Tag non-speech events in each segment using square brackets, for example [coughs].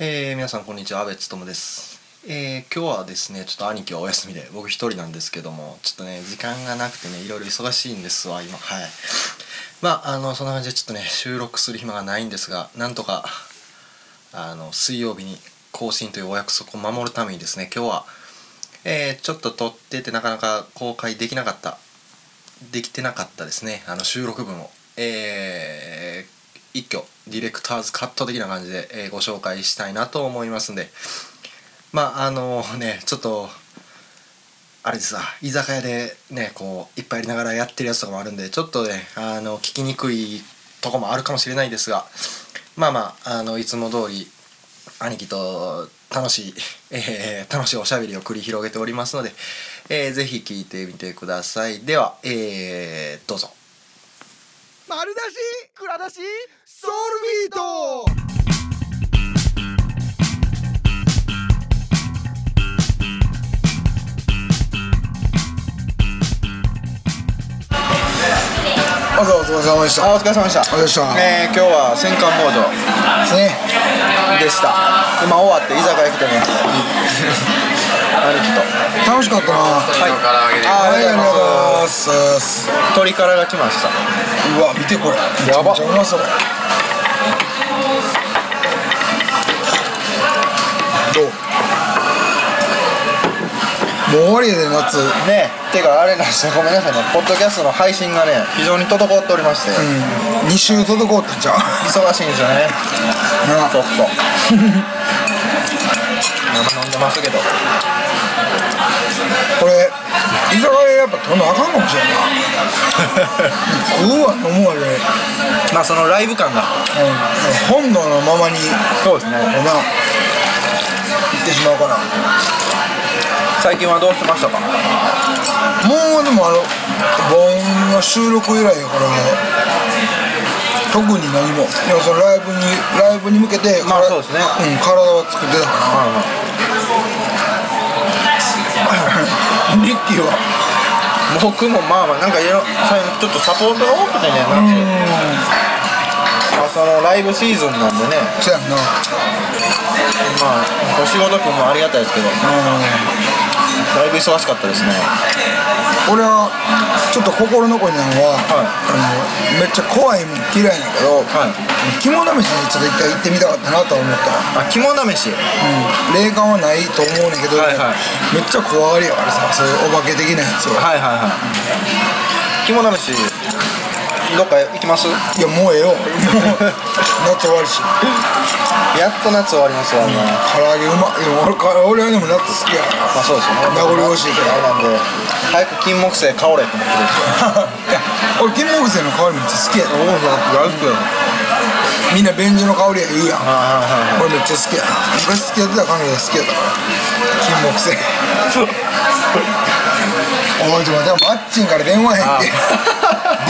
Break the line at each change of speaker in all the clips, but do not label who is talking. えー、皆さんこんにちは阿部勉です、えー、今日はですねちょっと兄貴はお休みで僕一人なんですけどもちょっとね時間がなくてねいろいろ忙しいんですわ今はいまああのそんな感じでちょっとね収録する暇がないんですがなんとかあの水曜日に更新というお約束を守るためにですね今日は、えー、ちょっと撮っててなかなか公開できなかったできてなかったですねあの収録分を、えー、一挙ディレクターズカット的な感じで、えーご紹介したいなと思いますんでまああのねちょっとあれですわ居酒屋でねこういっぱいやりながらやってるやつとかもあるんでちょっとねあの聞きにくいとこもあるかもしれないですがまあまああのいつも通り兄貴と楽しい、えー楽しいおしゃべりを繰り広げておりますので、えーぜひ聞いてみてくださいでは、えーどうぞ
丸出し蔵出しソウルミート
まずはお疲れ様でした。
あお疲れ様でした
お疲れ様でした
えー今日は戦艦モード
ですね。
でした今終わって居酒屋来てね [laughs] 歩きと
楽しかったな。は
はいあ
い、あり
りが
が
とうございます
とうございます。
鶏からが来ました
うわ、見てこれ。
やば
めちゃめちゃうまそう。どう。もう終わりやで夏。うん。
ねてかあれなんですよごめんなさいねポッドキャストの配信がね非常に滞っておりまして、
二週滞ったんちゃう。
忙しいんですよね
な
ちょっと [laughs] 生飲んでますけど
これ居酒屋やっぱ取んなあかんかもしれんな。食うわ飲むわで、うん、
まあそのライブ感が
本能のままに。
そうですね
おな行ってしまうから
最近はどうしてましたか
もうでもあの盆の収録以来やから特に何もでもそのライブにライブに向けて
まあ
から
そうですね
うん、体は作ってたか
[laughs]
なリッキーは
僕もまあまあなんかいろ最近ちょっとサポートが多くてねなんていうまあそのライブシーズンなんでね
そうやん
ま
な
あお仕事君もありがたいですけどだいぶ忙しかったですね
俺はちょっと心残りなのは、
はい
あのめっちゃ怖いもん嫌いなんやけど
はい
肝試しにちょっと一回行ってみたかったなとは思った
あ肝試し
うん霊感はないと思うねんけど、
はいはい
めっちゃ怖がりやからさそういうお化け的なやつは
はいはいはい肝試しどっか行きます
いやもうええよもう夏終わりし
やっと夏終わりますわね、ま
唐揚げうまいでも俺か俺はでも夏好きやから
あそうですよね
名残惜しいけど
あ [laughs] れなんで早く金木犀香れって思ってるんですよ
いや俺金木犀の香りめっちゃ好きや
おお大好きだ
みんな便所の香りや言うやん
はいはいはい
俺めっちゃ好きや昔付き合ってた彼女が好きやったから金木犀おいちょっと待ってマッチンから電話へんって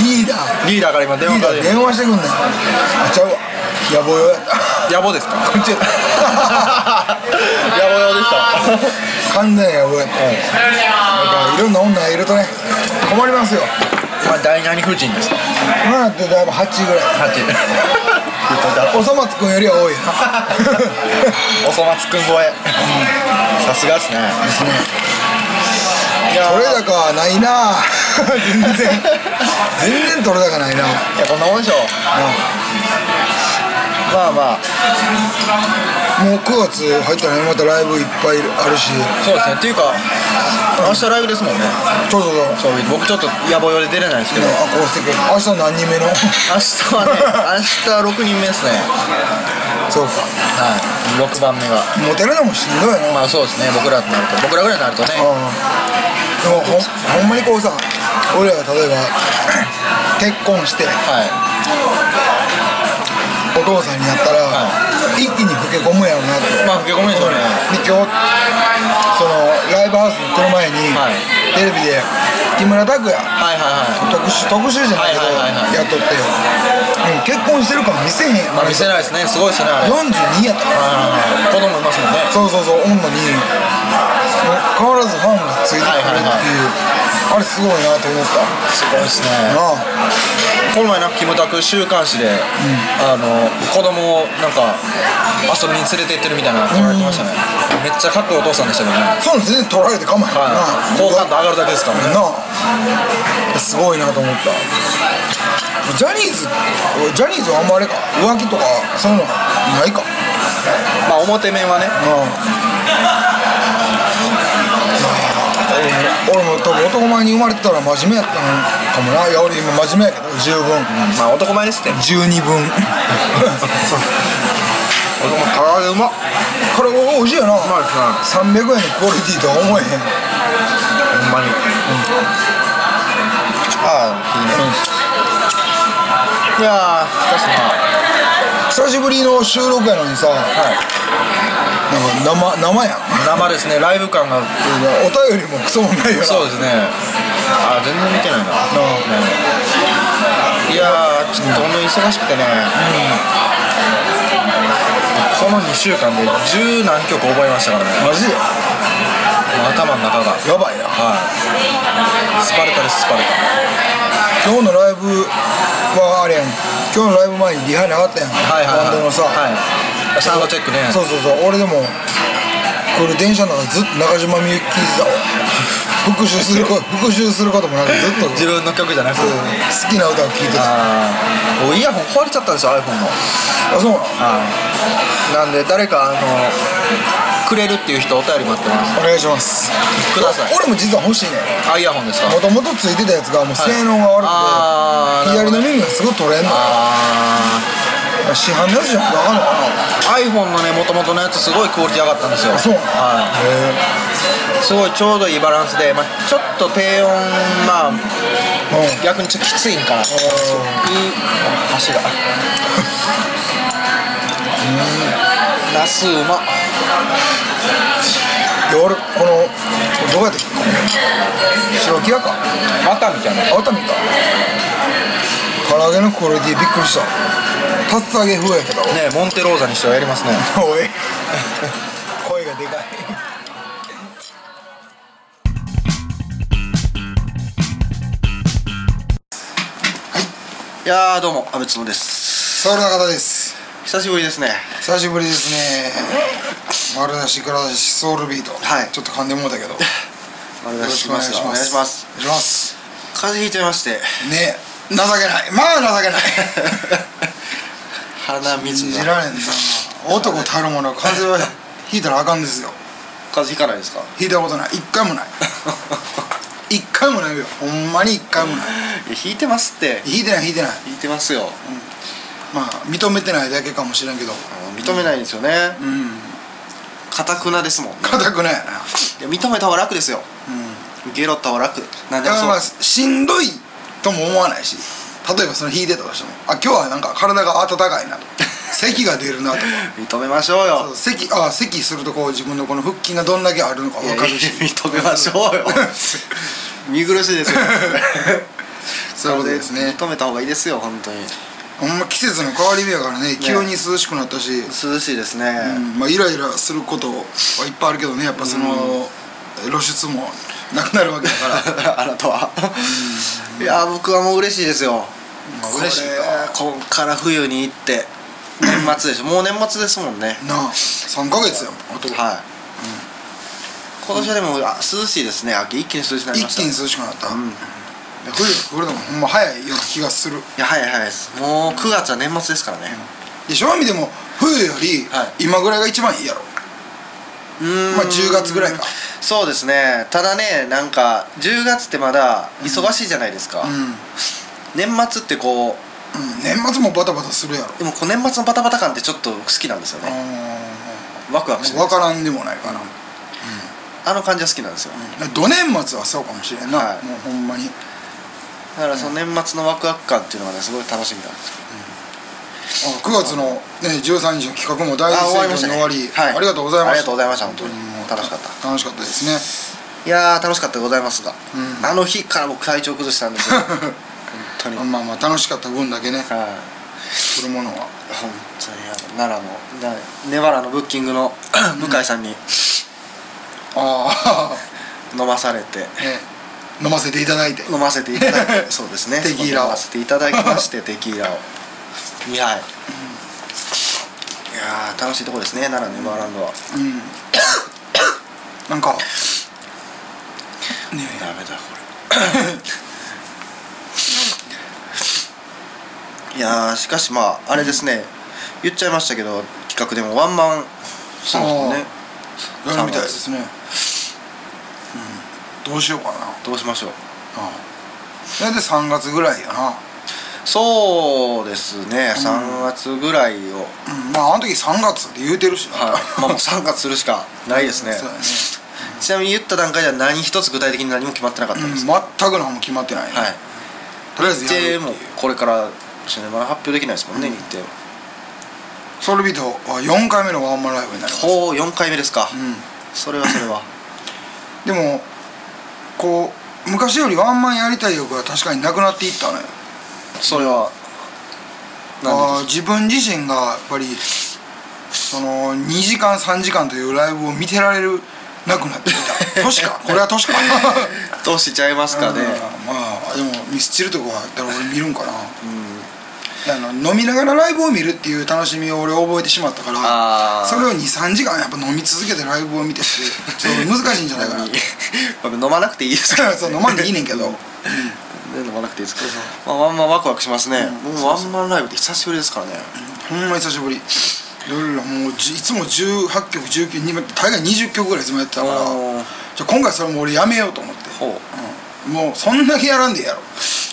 リーダー
リーダーから今電
リ
話
ー
か
ダ
ら出
ー電話してくんねんあちゃうわ野暮よやった
野暮ですか [laughs]
こっちやった
野暮用でした
完全や俺、い、いろんな女がいるとね困りますよ
今第何夫人ですか
今なんてだいぶ8ぐらい
8言っといた
おそ松くんよりは多いな
[laughs] おそ松くん超えさすがですね
ですね
いや
取れ高はないな [laughs] 全然全然取れ高ないな、
いやこんなもんでしょまあまあ
もう9月入ったらねまたライブいっぱいあるし
そうですねっていうか明日ライブですもんね
そうそうそうね
そう僕ちょっと野暮用で出れないですけど
アコースティック明日何人目の
明日はね明日6人目ですね
そうか
はい6番目が
モテるのもしんどいな
まあそうですね僕らとなると僕らぐらいになるとね
ああでもほんほんまにこうさ俺らが例えば結婚して
は
お父さんになったら、一気に老け込むやろうなって
いまあ受け込めでしょうね
で今日そのライブハウスに来る前に、
はい
テレビで木村拓哉
はいはいはい
特集特集じゃないけど、
はいはいはいはい
やっとって、うん、結婚してるから見せへんやん
まあ見せないですねすごいですねあれ
42やったから
はい子供いますもんね
そうそうそうおんのにもう変わらずファンがついてく
はい
るっていう、
はいは
あれすごいなと思った
すごいですね
なあ
この前なんかキムタク週刊誌で、あの子供をなんか遊びに連れて行ってるみたいなの撮られてましたね、めっちゃかっこいいお父さんでしたけどね、はい、
そういうの全然取られて構えへんな
好感度上がるだけですからね
なあすごいなと思ったジャニーズジャニーズはあんまあれか浮気とかそういうのはないか
まあ表面はね
なあ俺も多分男前に生まれてたら真面目やったのかもないや俺今真面目やけど十分
まあ男前ですって
十二分
俺も唐揚げうまっ
これ美味しいよな
まいですね
300円のクオリティとは思えへん
ほんまに、ああいいね、いやーしかしま
久しぶりの収録やのにさなんか
あ、はい、
生生やん
生ですねライブ感が
お便りもクソもないよな
そうですねあー全然見てないな、ねいやーちょっとほんまに忙しくてね、この2週間で十何曲覚えましたからね
マジで
頭の中が
やばいな
はいスパルタですスパル
今日のライブはあれやん今日のライブ前にリハに上がったやん、
タはいはいはい
バンドのさ、
はいサウンドチェックね
そうそうそう俺でもこれ電車の中ずっと中島みゆき聞いてたわ復習すること復習することもなくずっと
自分の曲じゃなくて
好きな歌を聴いてたあ
あーもうイヤホン壊れちゃったんですよ iPhone の
そうな
は
の
いなんで誰かあのくれるっていう人お便り待ってます
お願いします
ください
俺も実は欲しいね
あイヤホンですか
もともとついてたやつがもう性能が悪
あ
く
ー
て、
なるほど
左の耳がすごい取れんの
あ
市販のやつじゃんかかんのか
ー iPhone のね元々のやつすごいクオリティ上がったんですよ
なそうなの
は
へ
いすごいちょうどいいバランスで、まあ、ちょっと低音まあ
えうん
逆にちょっときついんかなっていう橋がナスうま
で俺このどうやって聞くの白木屋か
またみたいな
熱海か唐揚げのクオリティびっくりした竜田揚げ風やけど
ねモンテローザにしてはやりますね
お [laughs] い声がでかい
いやーどうも阿部つです
ソウル中田です
久しぶりですね
久しぶりですね丸出しからだしソウルビート
はい
ちょっと噛んでもうたけどよ
お願
ろ
い
し
し
くお願
ま
い
す
し
お
ます
願いします
お願いします
風邪ひいてまして
ねえ情けないまあ情けない
鼻
[laughs]
水が
信じ
風
られんさ男たるもの風 [laughs] 邪はひいたらあかんですよ
邪ひかないですか
引いたことない一回も [laughs] ない一回もないよほんまに一回もない
いやひいてますって
引いてない引いてない
ひいてますよ
まあ認めてないだけかもしれんけど
認めないんですよね
うん
かたくなですもんい
かたくないやな
や認めた方が楽ですよ
うん
ゲロった方が楽なんで
だ
も
か
そ
ら
う
まあしんどいとも思わないし例えばその引いてたとしてもあ今日はなんか体が温か
[laughs]
いなと咳が出るなとか
認めましょうよ
そう咳あ咳するとこう自分のこの腹筋がどんだけあるのか
いや
分かるし
認めましょう [laughs] よ見苦しい [laughs] ですよ
そういうことですね
認めた方がいいですよ本当に
ほんま季節の変わり目やからね急に涼しくなったし、
涼しいですね、
うんまあ、イライラすることはいっぱいあるけどねやっぱその、露出もなくなるわけだから
[laughs] あなたは、いや僕はもう嬉しいですよ、
まあ
これ
嬉しいか
こっから冬に行って年末でしょもう年末ですもんね
なあ3ヶ月やもんあと
はい、今年はでもあ涼しいですね秋一気に涼しくなり
一
ました
気に涼しくなった、
ん
冬が来るのもほんま早いような気がする
いや早い早いですもう9月は年末ですからね
で正味でも冬より
は
今ぐらいが一番いいやろ、
うーん
まあ10月ぐらいか
そうですねただねなんか10月ってまだ忙しいじゃないですか、
うん、うん、
年末ってこう
年末もバタバタするやろ
でもこう年末のバタバタ感ってちょっと好きなんですよねワクワクして
分からんでもないかな、
あの感じは好きなんですよ
ど年末はそうかもしれんな、
はい
もうほんまに
だからその年末のワクワク感っていうのがねすごい楽しみなんですよ
あ9月の、ね、13日の企画も大盛況に終わり、
はい、
ありがとうございま
ありが
した
とうございました本当に
もう
楽しかった
楽しかったですね
いやー楽しかったでございますが、
うん
あの日から僕体調崩したん
[laughs]
ですよ本当にはい
まあまあ楽しかった分だけね
本
するものは
当にあの奈良のなネバラのブッキング
[laughs]
の向井さんに
あ
飲まされて
[laughs] あね飲ませていただいて
[coughs] 飲ませていただいてそうですね
テキーラを
飲ませていただきまして
[laughs]
テキーラを2杯、いやー楽しいとこですね奈良のマーランドは、
うんなんか
ダメだこれ [coughs] いやーしかしまああれですね言っちゃいましたけど企画でもワンマンそうですね
やるみたいですね、うん、どうしようかな
どうしましょう
それで3月ぐらいやな、
そうですね、3月ぐらいを、
うん、まああの時3月って言うてるしな、
はい、まあもう3月するしかないですね、
[laughs] そうや
ちなみに言った段階では何一つ具体的に何も決まってなかった
うん
です、
全く何も決まってない、
はい
とりあえずやるってい
で
う
もうこれからシネマラ発表できないですもんね、日程は
ソウルビートは4回目のワンマンライブになります、
ほう4回目ですか、
うん、
それはそれは
でもこう昔よりワンマンやりたい欲が確かになくなっていったのよ
それは
あ
何
ー
で
自分自身がやっぱりその2時間3時間というライブを見てられるなくなってき
[laughs]
た年かこれは年か
すかどうしちゃいますかね
うんまあでもミスチルとかはだから俺見るんかな
うん
あの飲みながらライブを見るっていう楽しみを俺覚えてしまったから
あ
それを23時間やっぱ飲み続けてライブを見ててちょっと難しいんじゃないかな
あ飲まなくていいです [laughs] か
[laughs] そう飲まんでいいねんけど
ね飲まなくていいですけど、まあ、ワンマンワクワクしますね、僕もワンマンライブって久しぶりですからね、
ほんま久しぶり俺らもうじいつも18曲19に大概20曲ぐらいいつもやってたから
おー
じゃあ今回それもう俺やめようと思って、
ほ
うんもうそんだけやらんでいいやろ
う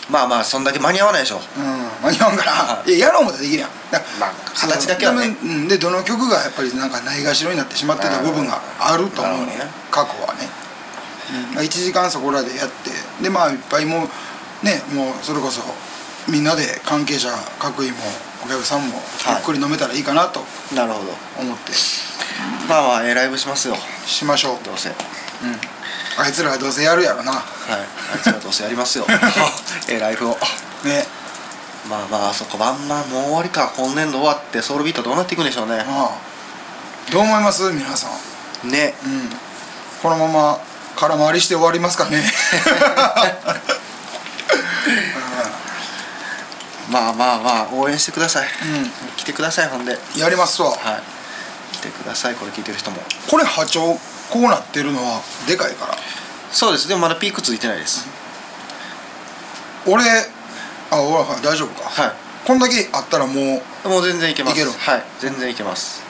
まあまあそんだけ間に合わないでしょう
うん間に合わんから、
はい
い、ややろうもできるやんだ
まあ形だけはね
そううんでどの曲がやっぱりなんかないがしろになってしまってた部分があると思うね
なるほどね
過去はね、うん、1時間そこらでやってでまあいっぱいもうねもうそれこそみんなで関係者各位もお客さんもゆっくり飲めたらいいかなと
なるほど
思って
まあまあええライブしますよ
しましょう、
どうせはい
あいつらはどうせやるやろな
あいつらどうせやりますよ [laughs] ええライブを
ね
まあまあそこワンマンもう終わりか今年度終わってソウルビートどうなっていくんでしょうね
ああどう思います皆さん
ね
うん、このまま空回りして終わりま
[laughs]
すかね
まあまあまあ応援してください、
う
来てくださいほんではい
やりますわ
来てくださいこれ聞いてる人も
これ波長こうなってるのはでかいから
そうですでもまだピークついてないです
俺あ俺は大丈夫か、
は
こんだけあったらもう
いもう全然いけます
いける
はい全然いけます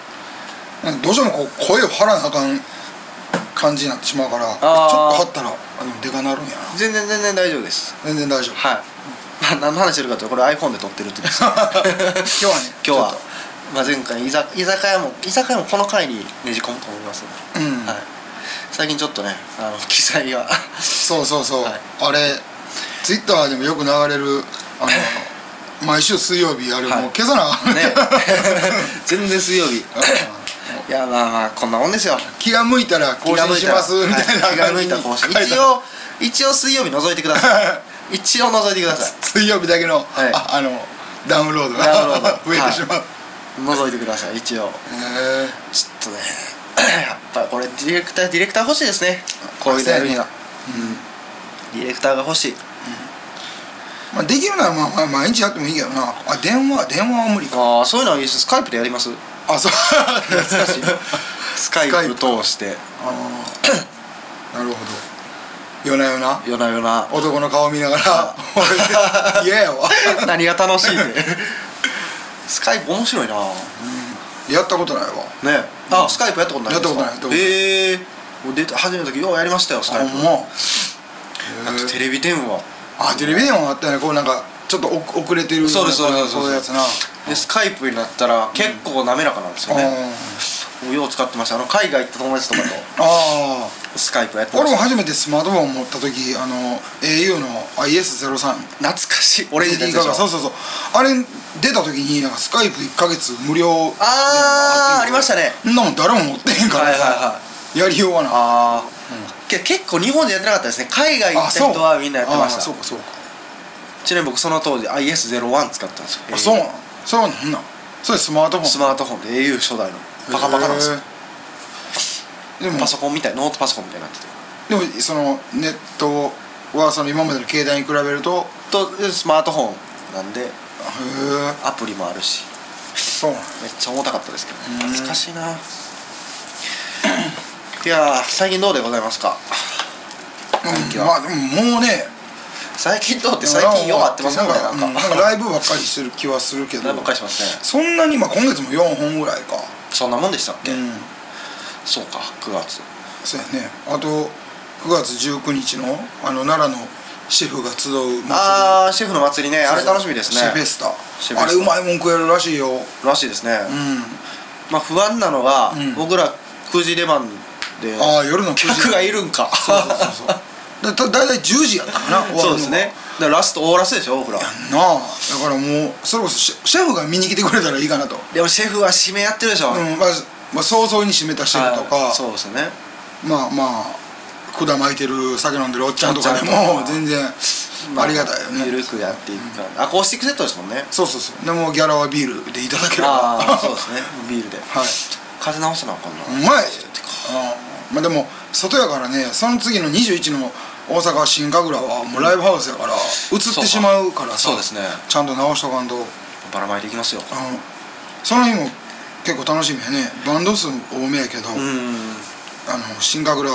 なんかどうしてもこう声を張らなあかん感じになってしまうからちょっと
あー
張ったらあでもでかなるんやな
全然全然大丈夫です
全然大丈夫
はい、まあ、何の話してるかというとこれ iPhone で撮ってるって言うんですけど
今日はね
[laughs] 今日は
ちょっ、
まあ、前回居酒居酒屋も居酒屋もこの回にねじ込むと思います、
とうん、
はい、最近ちょっとねあの記載 [laughs] が
そうそうそう、
はい
あれツイッターでもよく流れる
[laughs]
あの毎週水曜日あれ、
はい
もう消さなあかん
ね全然水曜日いやまあまあこんなもんですよ
[laughs] 気が向いたら更新しますみたいな
気が向いたらはい気が向いたら更新一応一応水曜日覗いてくださ [laughs] い一応覗いてくださ
水曜日だけの,、
はい
ああのダウンロードが
ダウンロード
[laughs] 増え
は
て
い
しまう、
い覗いてください一応
へえ
ちょっとね [coughs] やっぱりこれディレクターディレクター欲しいですねこういうライブには、うん、ディレクターが欲しい
まあ、できるなら、まあまあ、毎日やってもいいけどなあ電話電話は無理か
ああそういうのはいいですスカイプでやります
あそう
懐か
[laughs]
しいスカイ
スカイ
プ
プ
通して
あーなるほど夜な夜な
夜な夜な [laughs]
男の顔見ながら [laughs] 俺嫌やわ
何が楽しいってスカイプ面白いな
やったことないわ
ねあスカイプやったことないですか
やったことない
ええー、出た初めた時ようやりましたよスカイプ
も
あとテレビ電話
あテレビ電話あったよねこうなんかちょっと遅遅れてる
そうですそうです
そういうやつな
でスカイプになったら結構滑らかなんですよね、もうよう使ってましたあの海外行った友達とか
あーあ
とスカイプやって
ー
ま
俺
し
も
た
初めてスマートフォン持った時あの au の IS03
懐かしいオレンジのやつでしょ
そうそうそうあれ出た時になんかスカイプ1ヶ月無料
ああありましたね
そんなもん誰も持ってへんから
はいはいは
さやりようがな
ああ、け結構日本でやってなかったですね海外行っ
あそ
た
う
人はみんなやってまし
あーそう
た
かそうか
ちなみに僕その当時 IS01 使ってたんですよ
あそうなのそれはなんなんそれスマートフォン
スマートフォンで au 初代のパカパカなんですよ
へーでも
パソコンみたいノートパソコンみたいになってて
でもそのネットはその今までの携帯に比べるとへ
とスマートフォンなんで
え
アプリもあるし
そうなん
めっちゃ重たかったですけど
うん
ね懐かしいないやー最近どうでございますか最近
うん
は
まあでももうね
最近どうって最近よかってますもんね
な
なんん
か
か [laughs]
うんなんかライブばっかりしてる気はするけど
ライブばっかりしてますね
そんなにまあ今月も4本ぐらいか
そんなもんでしたっけ、
うん
そうか9月
そうやねあと9月19日のあの奈良のシェフが集う祭り
ああシェフの祭りねあれ楽しみですね
シェフェスタ
シェフェスタ
あれうまいもん食えるらしいようん
らしいですね、まあ不安なのが、
うん
僕ら9時出番で
ああ夜の9時
客がいるんか
そう
[laughs]
そうそうそうだだいたい10時やったかな終わる
そ
の
う
が
ですねだからラスト大ラストでしょ僕ら
なあだからもうそれこそシェシェフが見に来てくれたらいいかなと、
でもシェフは締めやってるでしょ、
う
はい
んまあまあ、早々に締めたシェフとか、
そうですね
まあまあ管巻いてる酒飲んでるおっちゃんとかで
お
も
っちゃんとか
全然
ま
ありがたいよね
ゆるくやっていくから、アコースティックセットですもんね
そうそうそうでもうギャラはビールでいただければ
あ [laughs]
[laughs]
あそうですねビールで
はい
風直すなこんな
うまいうんまあでも外やからねその次の21の大阪新神楽はもうライブハウスやから映ってしまうからさ
そうですね
ちゃんと直しとかんと、うん、
ばらまいていきますよ
その日も結構楽しみやねバンド数多めやけど、
うん
あの新神楽、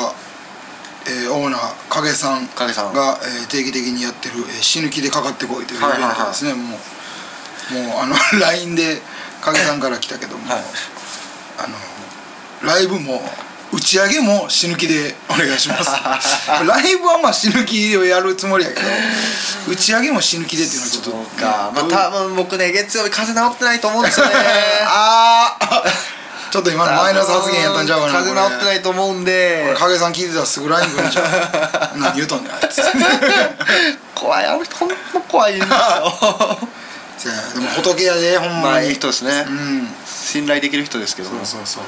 えーオーナー影さん
影さん
が、えー定期的にやってる、えー死ぬ気でかかってこい」というイベントですね、もうもうあの [laughs] LINE で影さんから来たけども、
はい
あのライブも打ち上げも死ぬ気でお願いします
[laughs]
ライブはまあ死ぬ気をやるつもりやけど打ち上げも死ぬ気でっていうのはちょっと
そうか、まあ、
どういう
多分僕ね月曜日風邪治ってないと思うんですよね
[laughs] ああちょっと今のマイナス発言やったんちゃうかな
風邪治って
い
ないと思うんで
影さん聞いてたらすぐ LINE 来るんちゃう
[laughs]
何言うとんねんあいつ
怖いあの人ほんと怖いんですよ
せやでも仏やでほんまに、
[laughs] まあいい人ですね
うん
信頼できる人ですけど
そ
も
うそうそう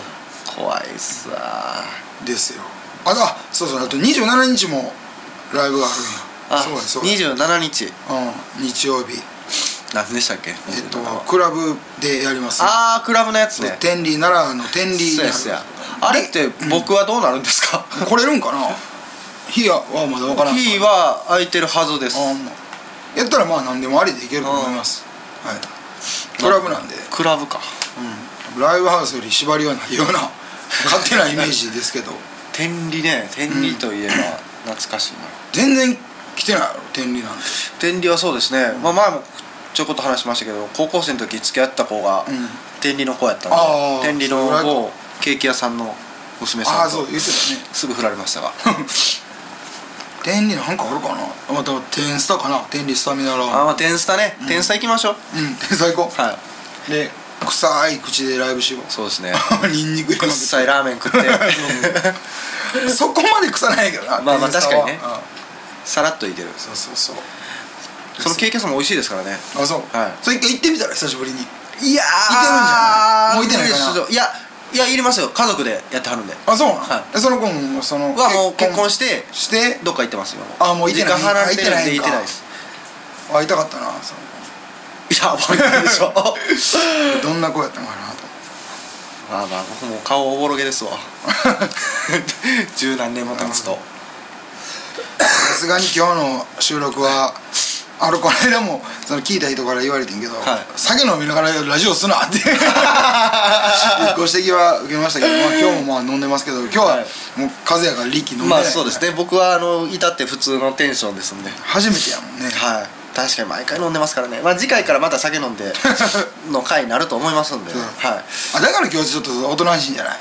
怖いっすわ
ですよああそうそうあと27日もライブがあるんや
あ
そうやそうや、
27日
うん、日曜日
何でしたっけ
えっとクラブでやります
ああクラブのやつね
天理奈良の天理に
そうやそうやあれって僕はどうなるんですか
来れるんかな日はまだ分からん
キーは空いてるはずです
あほんまやったらまあ何でもありでいけると思いますはいクラブなんで、
クラブか
うん、ライブハウスより縛りはないような
[laughs]
勝手なイメージですけど
天理ね天理と
[clears throat]
いえば懐かしいな
全然来てないやろ天理なんて
天理はそうですねまあ前もちょこっと話しましたけど高校生の時付き合った子が
うん
天理の子やったん
あー
で天理の子をケーキ屋さんの娘
あ
さ
あ
ん
そう
と
言ってたね
すぐ振られましたが
天理なんかあるかなまた天スタかな天理スタミナラ
あ
ー
まあ天スタね天スタ行きましょう
メンうん天才行こ
はいう
で臭い口でライブしよ
そうです
[laughs]
ね
うニンニク入れまくって
臭いラーメン食って
そこまで臭ないけどな
まあまあ
店員さんは
確かにね
うん
[laughs] さらっといけるそうそうそうそのケーキ屋さんも美味しいですからね
あそう、
はい
それ一回行ってみたら久しぶりに
いや
いけるんじゃ
ー
ないもういてないかない
やいやいりますよ家族でやってはるんで
あそうなの、
は
でその子もその
はもう結婚して
して
どっか行ってますよ
あもう行ってない
時間離れてるん
あ
で行っ
行っ
てて
な
ないい
んか
です
会いたかったなその
いやばいでし
[laughs]
ょ [laughs]
子どんな子やったのかなと
まあまあ僕もう顔おぼろげですわ [laughs] 十何年も経つと
さすがに今日の収録はあのこの間もその聞いた人から言われてんけど、
はい
酒飲みながらラジオすなって
[laughs]
ご指摘は受けましたけど、まあ、今日もまあ飲んでますけど今日は
はい
もう風やから力飲んで、
まあそうですね僕はあの至って普通のテンションですんで
初めてやもんね、
はい確かに毎回飲んでますからねまあ次回からまた酒飲んでの回になると思いますんで、
うん
はい
あだから今日ちょっとおとなしいんじゃない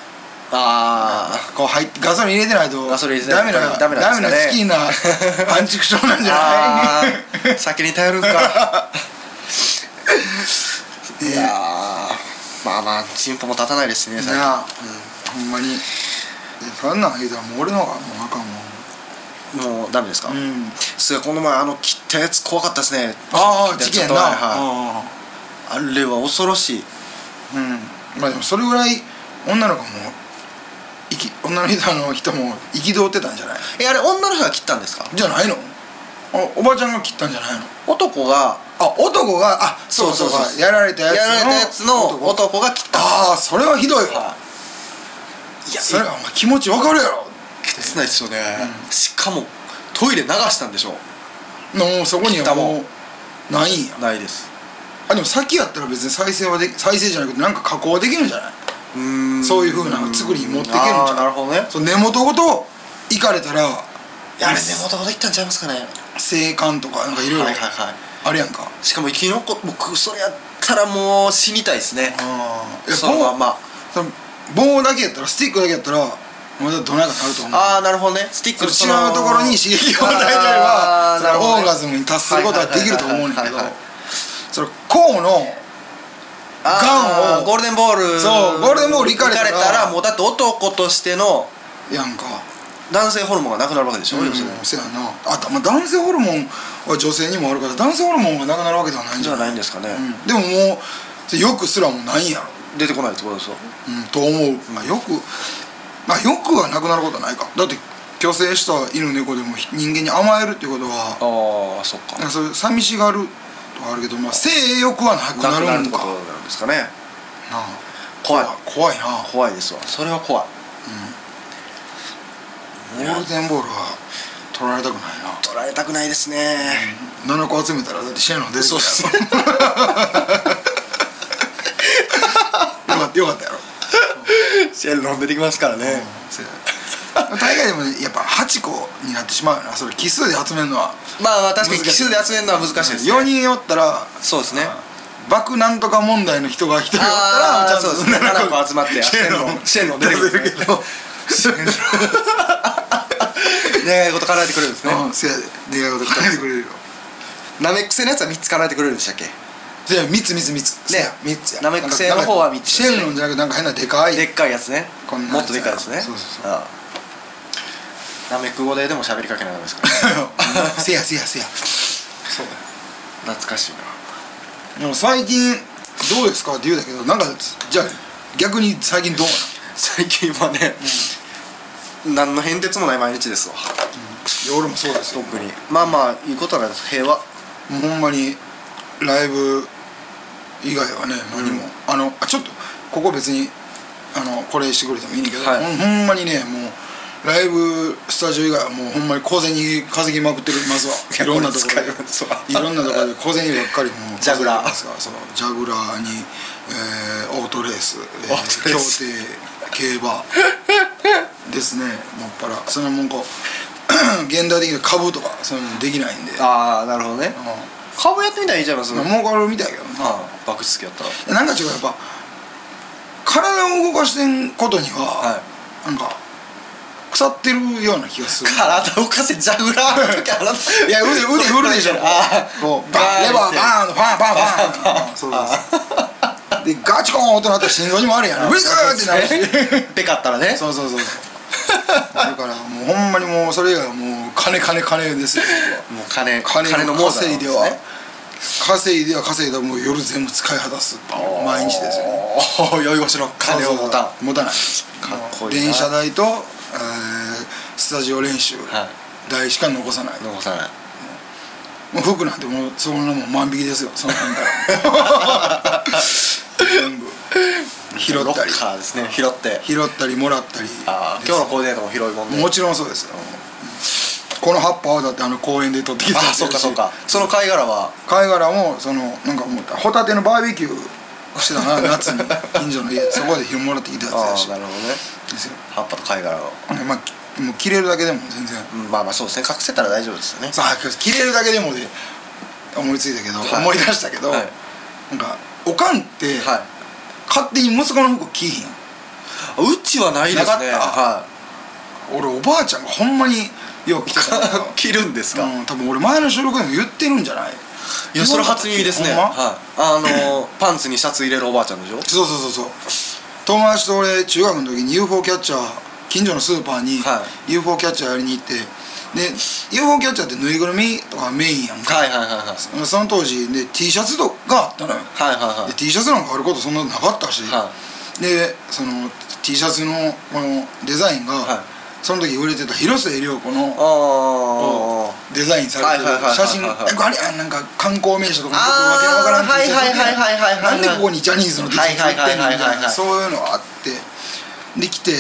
あ
こう入ってガソリン入れてないと
ガソリン入れて
ダ
な
メ
い
な
ダ
ダ
メ
メ
なん
な
です
チキンな安畜症なん
ー
じゃ
あ
[laughs] ない
ー酒に頼るんかいやーまあまあチンポも立たないですね
い
最近
やほんまにそんなん言うたらもう俺の方がもうあかんも
もうダメですか、
ん、うん、
すがこの前あの切ったやつ怖かったですね
ああ事件やな、
はいは
あ
あれは恐ろしい
あうんまあでもそれぐらい女の子も生き女の人の人も憤ってたんじゃない
えあれ女の人が切ったんですか
じゃないのおおばちゃんが切ったんじゃないの
男が
あ男があそうそうそうやられた
や
やつの
られたやつの
男
男が切った
ああそれはひどいわ
いや
それはお前気持ちわかるやろ
切ないですよね、しかもトイレ流したんでしょ
もうそこに
切った
は
もん
もうないんや
ないです
あでも先やったら別に再生はで再生じゃなくてなんか加工できるんじゃない
うん
そういうふうな作りに持っていけるん
あ
ちゃう
ーなるほどね
そう根元ごといかれたら
いやあれ根元ごといったんちゃいますかね
生還とかなんかいろいろ
はいはいは
あるやんか、
いしかも生き残っ僕それやったらもう死にたいですね
ああ
そのまんま
その棒だけやったらスティックだけやったらまだどないかなると思う
ああなるほどねスティッ
そ
ク
の違うところに刺激を与えればそのオーガズムに達することはできると思うんだけどその甲のガンを
ゴールデンボール
そうゴールデンボール行かれたら
行もうだって男としての
やんか
男性ホルモンがなくなるわけでしょ、
うん
要するに
そやなあと、まあ、男性ホルモンは女性にもあるから男性ホルモンがなくなるわけではないんじ
じ
ゃ
ゃ
ない
ないんですかね、
うんでももうそれよくすらもないんやろ、
出てこないってことですよ
うん、と思う、まあ、よくまあよくはなくなることはないかだって虚勢した犬猫でも人間に甘えるってことは
ああそっか
なんかそういう寂しがるとかあるけど、まあ、性欲はなく
なく
な
なる
る
って
ん
こ
か
と
な
なんですかね
あ
怖い
怖いな
怖いですわそれは怖い
ゴールデンボールは取られたくないな
取られたくないですね
7個集めたらだってシェアの出てきた
そう
や
っす
ろよかったよかったやろ
[laughs] シェル飲んでできますからね、
そうや大概でもねやっぱ8個になってしまうよなそれ奇数で集めるのは
まあまあ確かに奇数で集めるのは難しいですね
4人おったら
そうですね
爆なんとか問題の人が1人おった
ああ
らち
ー
ゃんと
そうですね7個集まって
シェアの
シェル飲んでできるけど願い事叶えてくれるんですね
うんせやで願い事叶えてくれるよ
なめくせのやつは3つ叶えてくれるんでしたっけ
じゃあ三つ三つ三つ
ね
三つや
ナメック星の方は三つ
シェルロンじゃなくてなんか変なでかい
でっかいやつね
こんなやつ
もっとでっかいやつね
そうそうそう
ああなめく語ででも喋りかけないですから
せやせやせやそう
[laughs] 懐かしいな
でも最近どうですかって言うだけどなんかじゃあ逆に最近どうな
最近はね、何の変哲もない毎日ですわ
のいや俺もそうですよ
特にまあまあいいことはないです平和
もうほんまにライブ以外はね
ん
何も、あのあちょっとここ別にあのこれしてくれてもいいねんだけど、
はい
ほんほんまにねもうライブスタジオ以外はもうほんまに小銭稼ぎまくってるますわいろんなとこ
使
ろで
いますわ
いろんなとこ
[laughs]
ろで小銭ばっかりもう
ジャグラー
稼いでますわそうジャグラーに、えーオートレース、え
オートレース
競艇競馬ですねもっぱらそのもんこう [clears throat] 現代的な株とかそういうのできないんで
ああなるほどね
うん
株やってみたらいいじゃないですか、
儲かるみたいやけどな
ああ爆付きやったら
なんか違うやっぱ体を動かしてんことに
は
はいなんか腐ってるような気がする
体浮かせジャグラーの時あなた [laughs]
いや腕腕振るでしょ
ああ
こうバンレバーバーンとバンバンバンそうそうそうでガチコーンとなったら心臓にもあるやんウィーってな [laughs] るし
ペカったら [laughs] ね
そうそうそうだからもうほんまにもうそれ以外はもう金金金ですよ
もう金
僕は金の
猛者
稼いでは稼いでは稼いだもう夜全部使い果たすっていう毎日ですよね
お
[laughs]
お酔い腰の金を持たん
ん持たない
かっこいいな
電車代と、えースタジオ練習
は
代しか残さない、
い残さない
もう服なんてもうそんなもん万引きですよそんなんから [laughs] 全部拾
ロ
ったり
ッカーですね拾って
拾ったりもらったり
ああ今日のコーディネートも広いもんね
もちろんそうですよ、この葉っぱはだってあの公園で取ってきた
ああそうかそうかその貝殻は
貝殻もそのなんか思ったホタテのバーベキューしてたな夏に近所の家そこで拾もらってきたやつ
あ
や
あ
し
なるほどね
ですよ
葉っぱと貝殻を
ねまあもう切れるだけでも全然
うんまあまあそうですね隠せたら大丈夫ですよね
さあ切れるだけでもで思いついたけど、
はい
思い出したけど、
はい
なんかおかんって、
はい
勝手に息子の服着いひん
うちはないですね
なかった
は
俺おばあちゃんがほんまによう着てたんだけど
い着るんですか
うん、多分俺前の収録でも言ってるんじゃない
いやそれ初耳ですね
ほんま
はいあのーパンツにシャツ入れるおばあちゃんでしょ
そうそうそうそう友達と俺中学の時に UFO キャッチャー近所のスーパーに
は
UFO キャッチャーやりに行ってで UFO キャッチャーってぬいぐるみとかメインやんか
はいはいはいはい
その当時で T シャツとかあったのよ
はいはいは
で
い
T シャツなんかあることそんななかったし、
は
でその T シャツのこのデザインが、
はい
その時売れてた広末涼子の
ああ
デザインされてる
はいはいはいはいはい
写真なんかあれやんなんか観光名所とかのよくわけのわか
あ
ら
ー
ん T シャツ
はいはいはいはいはいはい
なんでここにジャニーズの T シャツ売ってんの
はいはいはいはいはい
みたいな
はい
そういうのがあってで来てい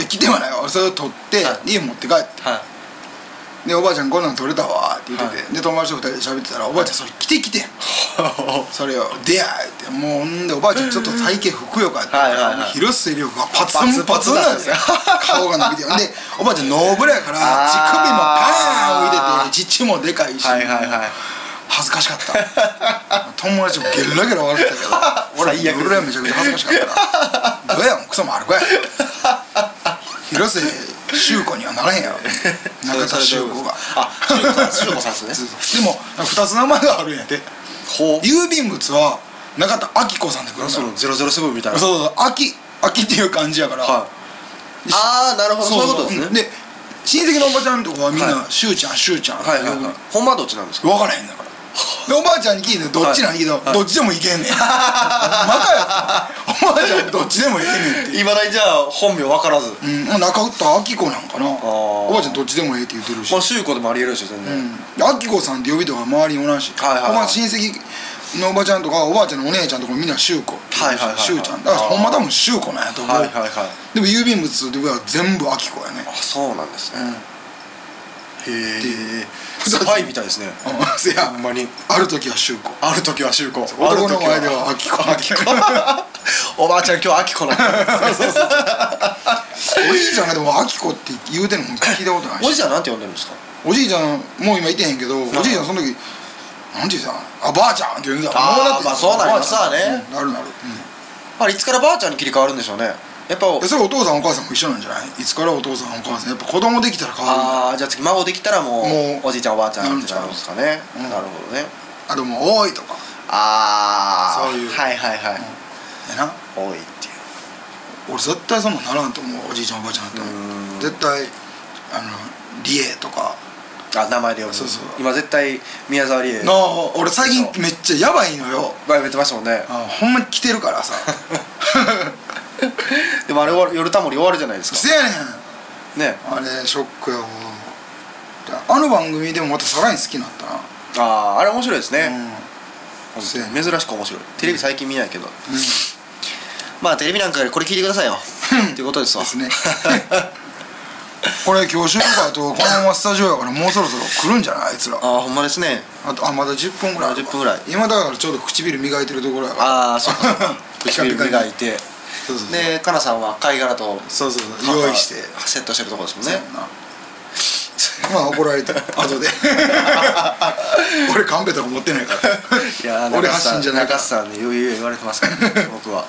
や来てはないわそれを取って、
はい
家持って帰って
はい
でおばあちゃんこんなん取れたわって言ってて、で友達と二人で喋ってたらおばあちゃんそれ着てきて
[laughs]
んそれを「でや!」ってもうほんでおばあちゃんちょっと体型ふくよかって
はいはいはい
広末涼子がパツンパツンなんですよ
パツンパツン
[laughs] 顔が伸びてほんでおばあちゃんノーブラやから
あ
乳
ー
首もパーン浮いてて乳もでかいし、
はいはいはい
恥ずかしかった友達もゲラゲラ笑ってたけど俺
[laughs] 最悪
俺はめちゃくちゃ恥ずかしかったどうやもんクソもあるかや
[laughs]
広瀬修子にはならへんやろ中田修子が
あ修子さんですね
でも2つ名前があるんやて
ほう
郵便物は中田明子さんで来るんだ
そ
ろ
のゼロゼロセブンみたいな
そうそう秋秋っていう感じやから、
はいああなるほどそういうことです
んで
ね
親戚のおばちゃんとかはみんな
は
「しゅうちゃんしゅうちゃん」
はいはいはいほんまはどっちなんですか
分からへんだからでおばあちゃんに聞いてどっちなんいいけど、
はい
どっちでもいけん
[laughs]
ねんまたやったおばあちゃんどっちでもいけんねんって
いまだにじゃあ本名分からず
うん、中田明子なんかなおばあちゃんどっちでもええって言ってるし、
まあ修子でもありえるでしょ全
う
然
ん、で明子さんって呼びとか周りにおらんし、
はいはいはい
おばあ親戚のおばちゃんとかおばあちゃんのお姉ちゃんとかみんな修子
はいはいはい
修ちゃんだからほんま多分修子なんやと思う、
はいはいはい
でも郵便物では全部明子やね
あそうなんですね
うん
へえスパイみたいですね
うんせや
ほんまに
ある時は修子
ある時は修子
男の前では明子
ある時は明子 [laughs] おばあちゃん今日は明
[laughs]
子なんだ
おじいちゃんがでも明子って言うてんのも聞いたことない
おじ
し
いちゃんなんて呼んでるんですか
おじいちゃんもう今いてへんけどおじいちゃんその時なんて言うてたのあばあちゃんって言うんだ
あー
もだ
まあそうなりますわね
ばあちゃんうんなるなる、うん
あれいつからばあちゃんに切り替わるんでしょうねやっぱ
でそれお父さんお母さんも一緒なんじゃないいつからお父さんお母さんやっぱ子供できたら変わるんだ
ああじゃあ次孫できたらもう
もう
おじいちゃんおばあちゃんってなるんですかね
うん
なるほどね
あでも「おい」とか
ああ
そういう
はいはいはい
やな
多いっていう
俺絶対そんなんならんと思うおじいちゃんおばあちゃんだったら
うん
絶対あの「リエ」とか
あ名前で呼ぶ
そうそう
今絶対宮沢りえ
の俺最近めっちゃやばいのよ
バイブやってましたもん
[laughs]
ね
あほんまに来てるから
[laughs]
さ
でもあれ終わる夜たもり終わるじゃないですか
せやねん
ね
あれショックやわあの番組でもまたさらに好きになったな
あああれ面白いです
う
ね
ん
本
そうや
当に珍しく面白いテレビ最近見ないけどまあテレビなんかよりこれ聞いてくださいよっていうことですわ
ですね [laughs] これ今日収録やとこのままスタジオやからもうそろそろ来るんじゃないあいつら
ああほんまですね
あとあまだ10分ぐらいある
10分ぐらい
今だからちょうど唇磨いてるところやから
ああそうか [laughs]
[laughs] ピカピ
唇
カに
磨いて
そうそうそう
でかなさんは貝殻と
そうそうそう用意して
セットしてるとこですもん
そう
ね
やんなまあ怒られた
[laughs]
後で俺カンペとか持ってないから
いやー
俺
中津
発
さん
信じゃないから
中津さんに言う言う言われてますから、 [laughs] 僕は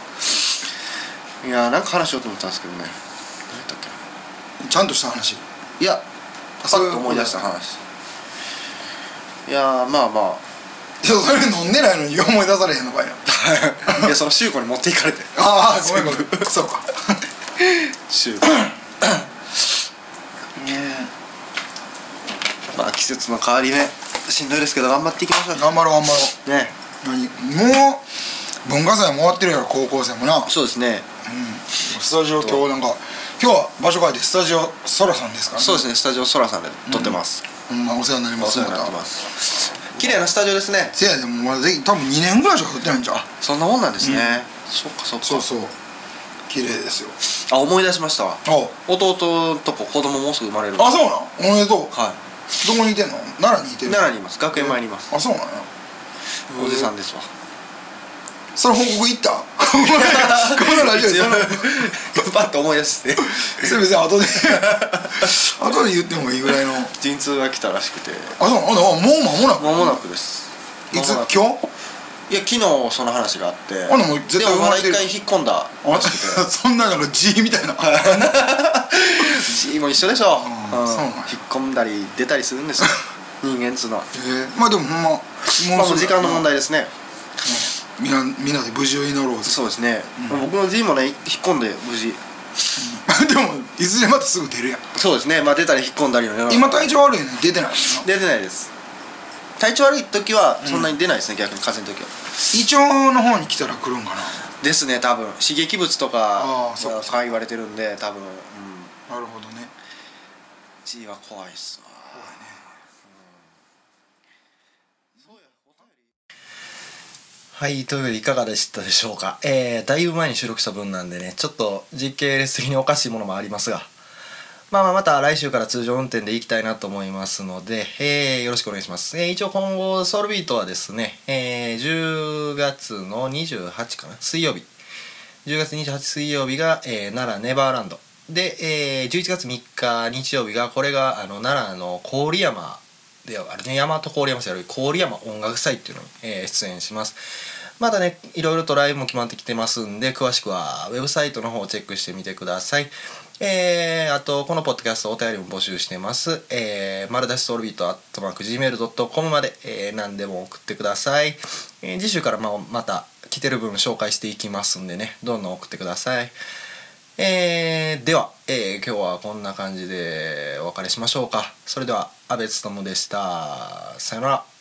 いやーなんか話しようと思ったんですけどね何やったっけな
ちゃんとした話
いやパ
そうい
ッ
う
と
こと
思い出した話いやーまあま
いやそれ飲んでないのに思い出されへんのかいな
あいやその修子に持っていかれ [laughs] て
[laughs] ああごめんごめんそうか
[laughs] 修子まあ季節の変わり目しんどいですけど頑張っていきましょう
頑張ろう頑張ろう
ね
何もう文化祭も終わってるやろ高校生もな
そうですね
スタジオ今日なんか今日は場所変えてスタジオソラさんですからね
そうですねスタジオソラさんで撮ってます、
ほんまお世話になりま
お
す
世話になってます綺麗なスタジオですね
せやでもまだぜ多分2年ぐらいしか撮ってないんじゃう
そんなもんなんですね、そっかそっか
そうそう綺麗ですよ
あ思い出しましたわ
あ
弟とこ子供もうすぐ生まれる
あそうなんおめでとう
は
どこにいてんの奈良にいて
い
る
奈良にいます学園前にいます
あそうなの
おじさん [laughs] ですわ
それ報告いった [laughs] このラジオでそれ
[laughs] パッと思い出して
それ別に後で [laughs] 後で言ってもいいぐらいのあ
陣痛が来たらしくて
そうなのあもう間もなく
間もなくです
いつ
間も
今
なく
日
いや昨日その話があって
あでも絶対
でもまだ
生
一
ま
回
れ
引っ込んだ
あ
らしくて
[laughs] そんなの G みたいな
じいも一緒でしょ、
うんそうなんや
引っ込んだり出たりするんです [laughs] よ人間っつうのは
えーまあでもほんまもうすぐ
まあもう時間の問題ですね
みんなみんなで無事を祈ろうぜ [laughs]
そうですね、僕のじいもね引っ込んで無事
でもいずれまたすぐ出るやん
そうですねまあ出たり引っ込んだりのような
今体調悪いのに出てないしな
出てないです体調悪い時はそんなに出ないですね、逆に風邪の時は
胃腸の方に来たら来るんかな
ですね多分刺激物と
あ
か
あそっか
か言われてるんで多分うん
なるほどね
G は怖いっすわ
はい、というわけでいかがでしたでしょうか。えー、だいぶ前に収録した分なんでね、ちょっと時系列的におかしいものもありますが、
まあまあまた来週から通常運転で行きたいなと思いますので、えーよろしくお願いします。えー一応今後、ソウルビートはですね、えー10月の28かな、水曜日。10月28水曜日が、えー奈良ネバーランド。で、えー11月3日日曜日が、これがあの奈良の郡山であるね、大和郡山市ある郡山音楽祭っていうのに、えー出演します。まだね、いろいろとライブも決まってきてますんで、詳しくはウェブサイトの方をチェックしてみてください。えー、あと、このポッドキャストお便りも募集してます。えー、丸出しソルビートアットマーク Gmail.com まで、えー何でも送ってください。えー次週からまあまた来てる分紹介していきますんでね、どんどん送ってください。えーでは、えー今日はこんな感じでお別れしましょうか。それでは、安部勉でした。さよなら。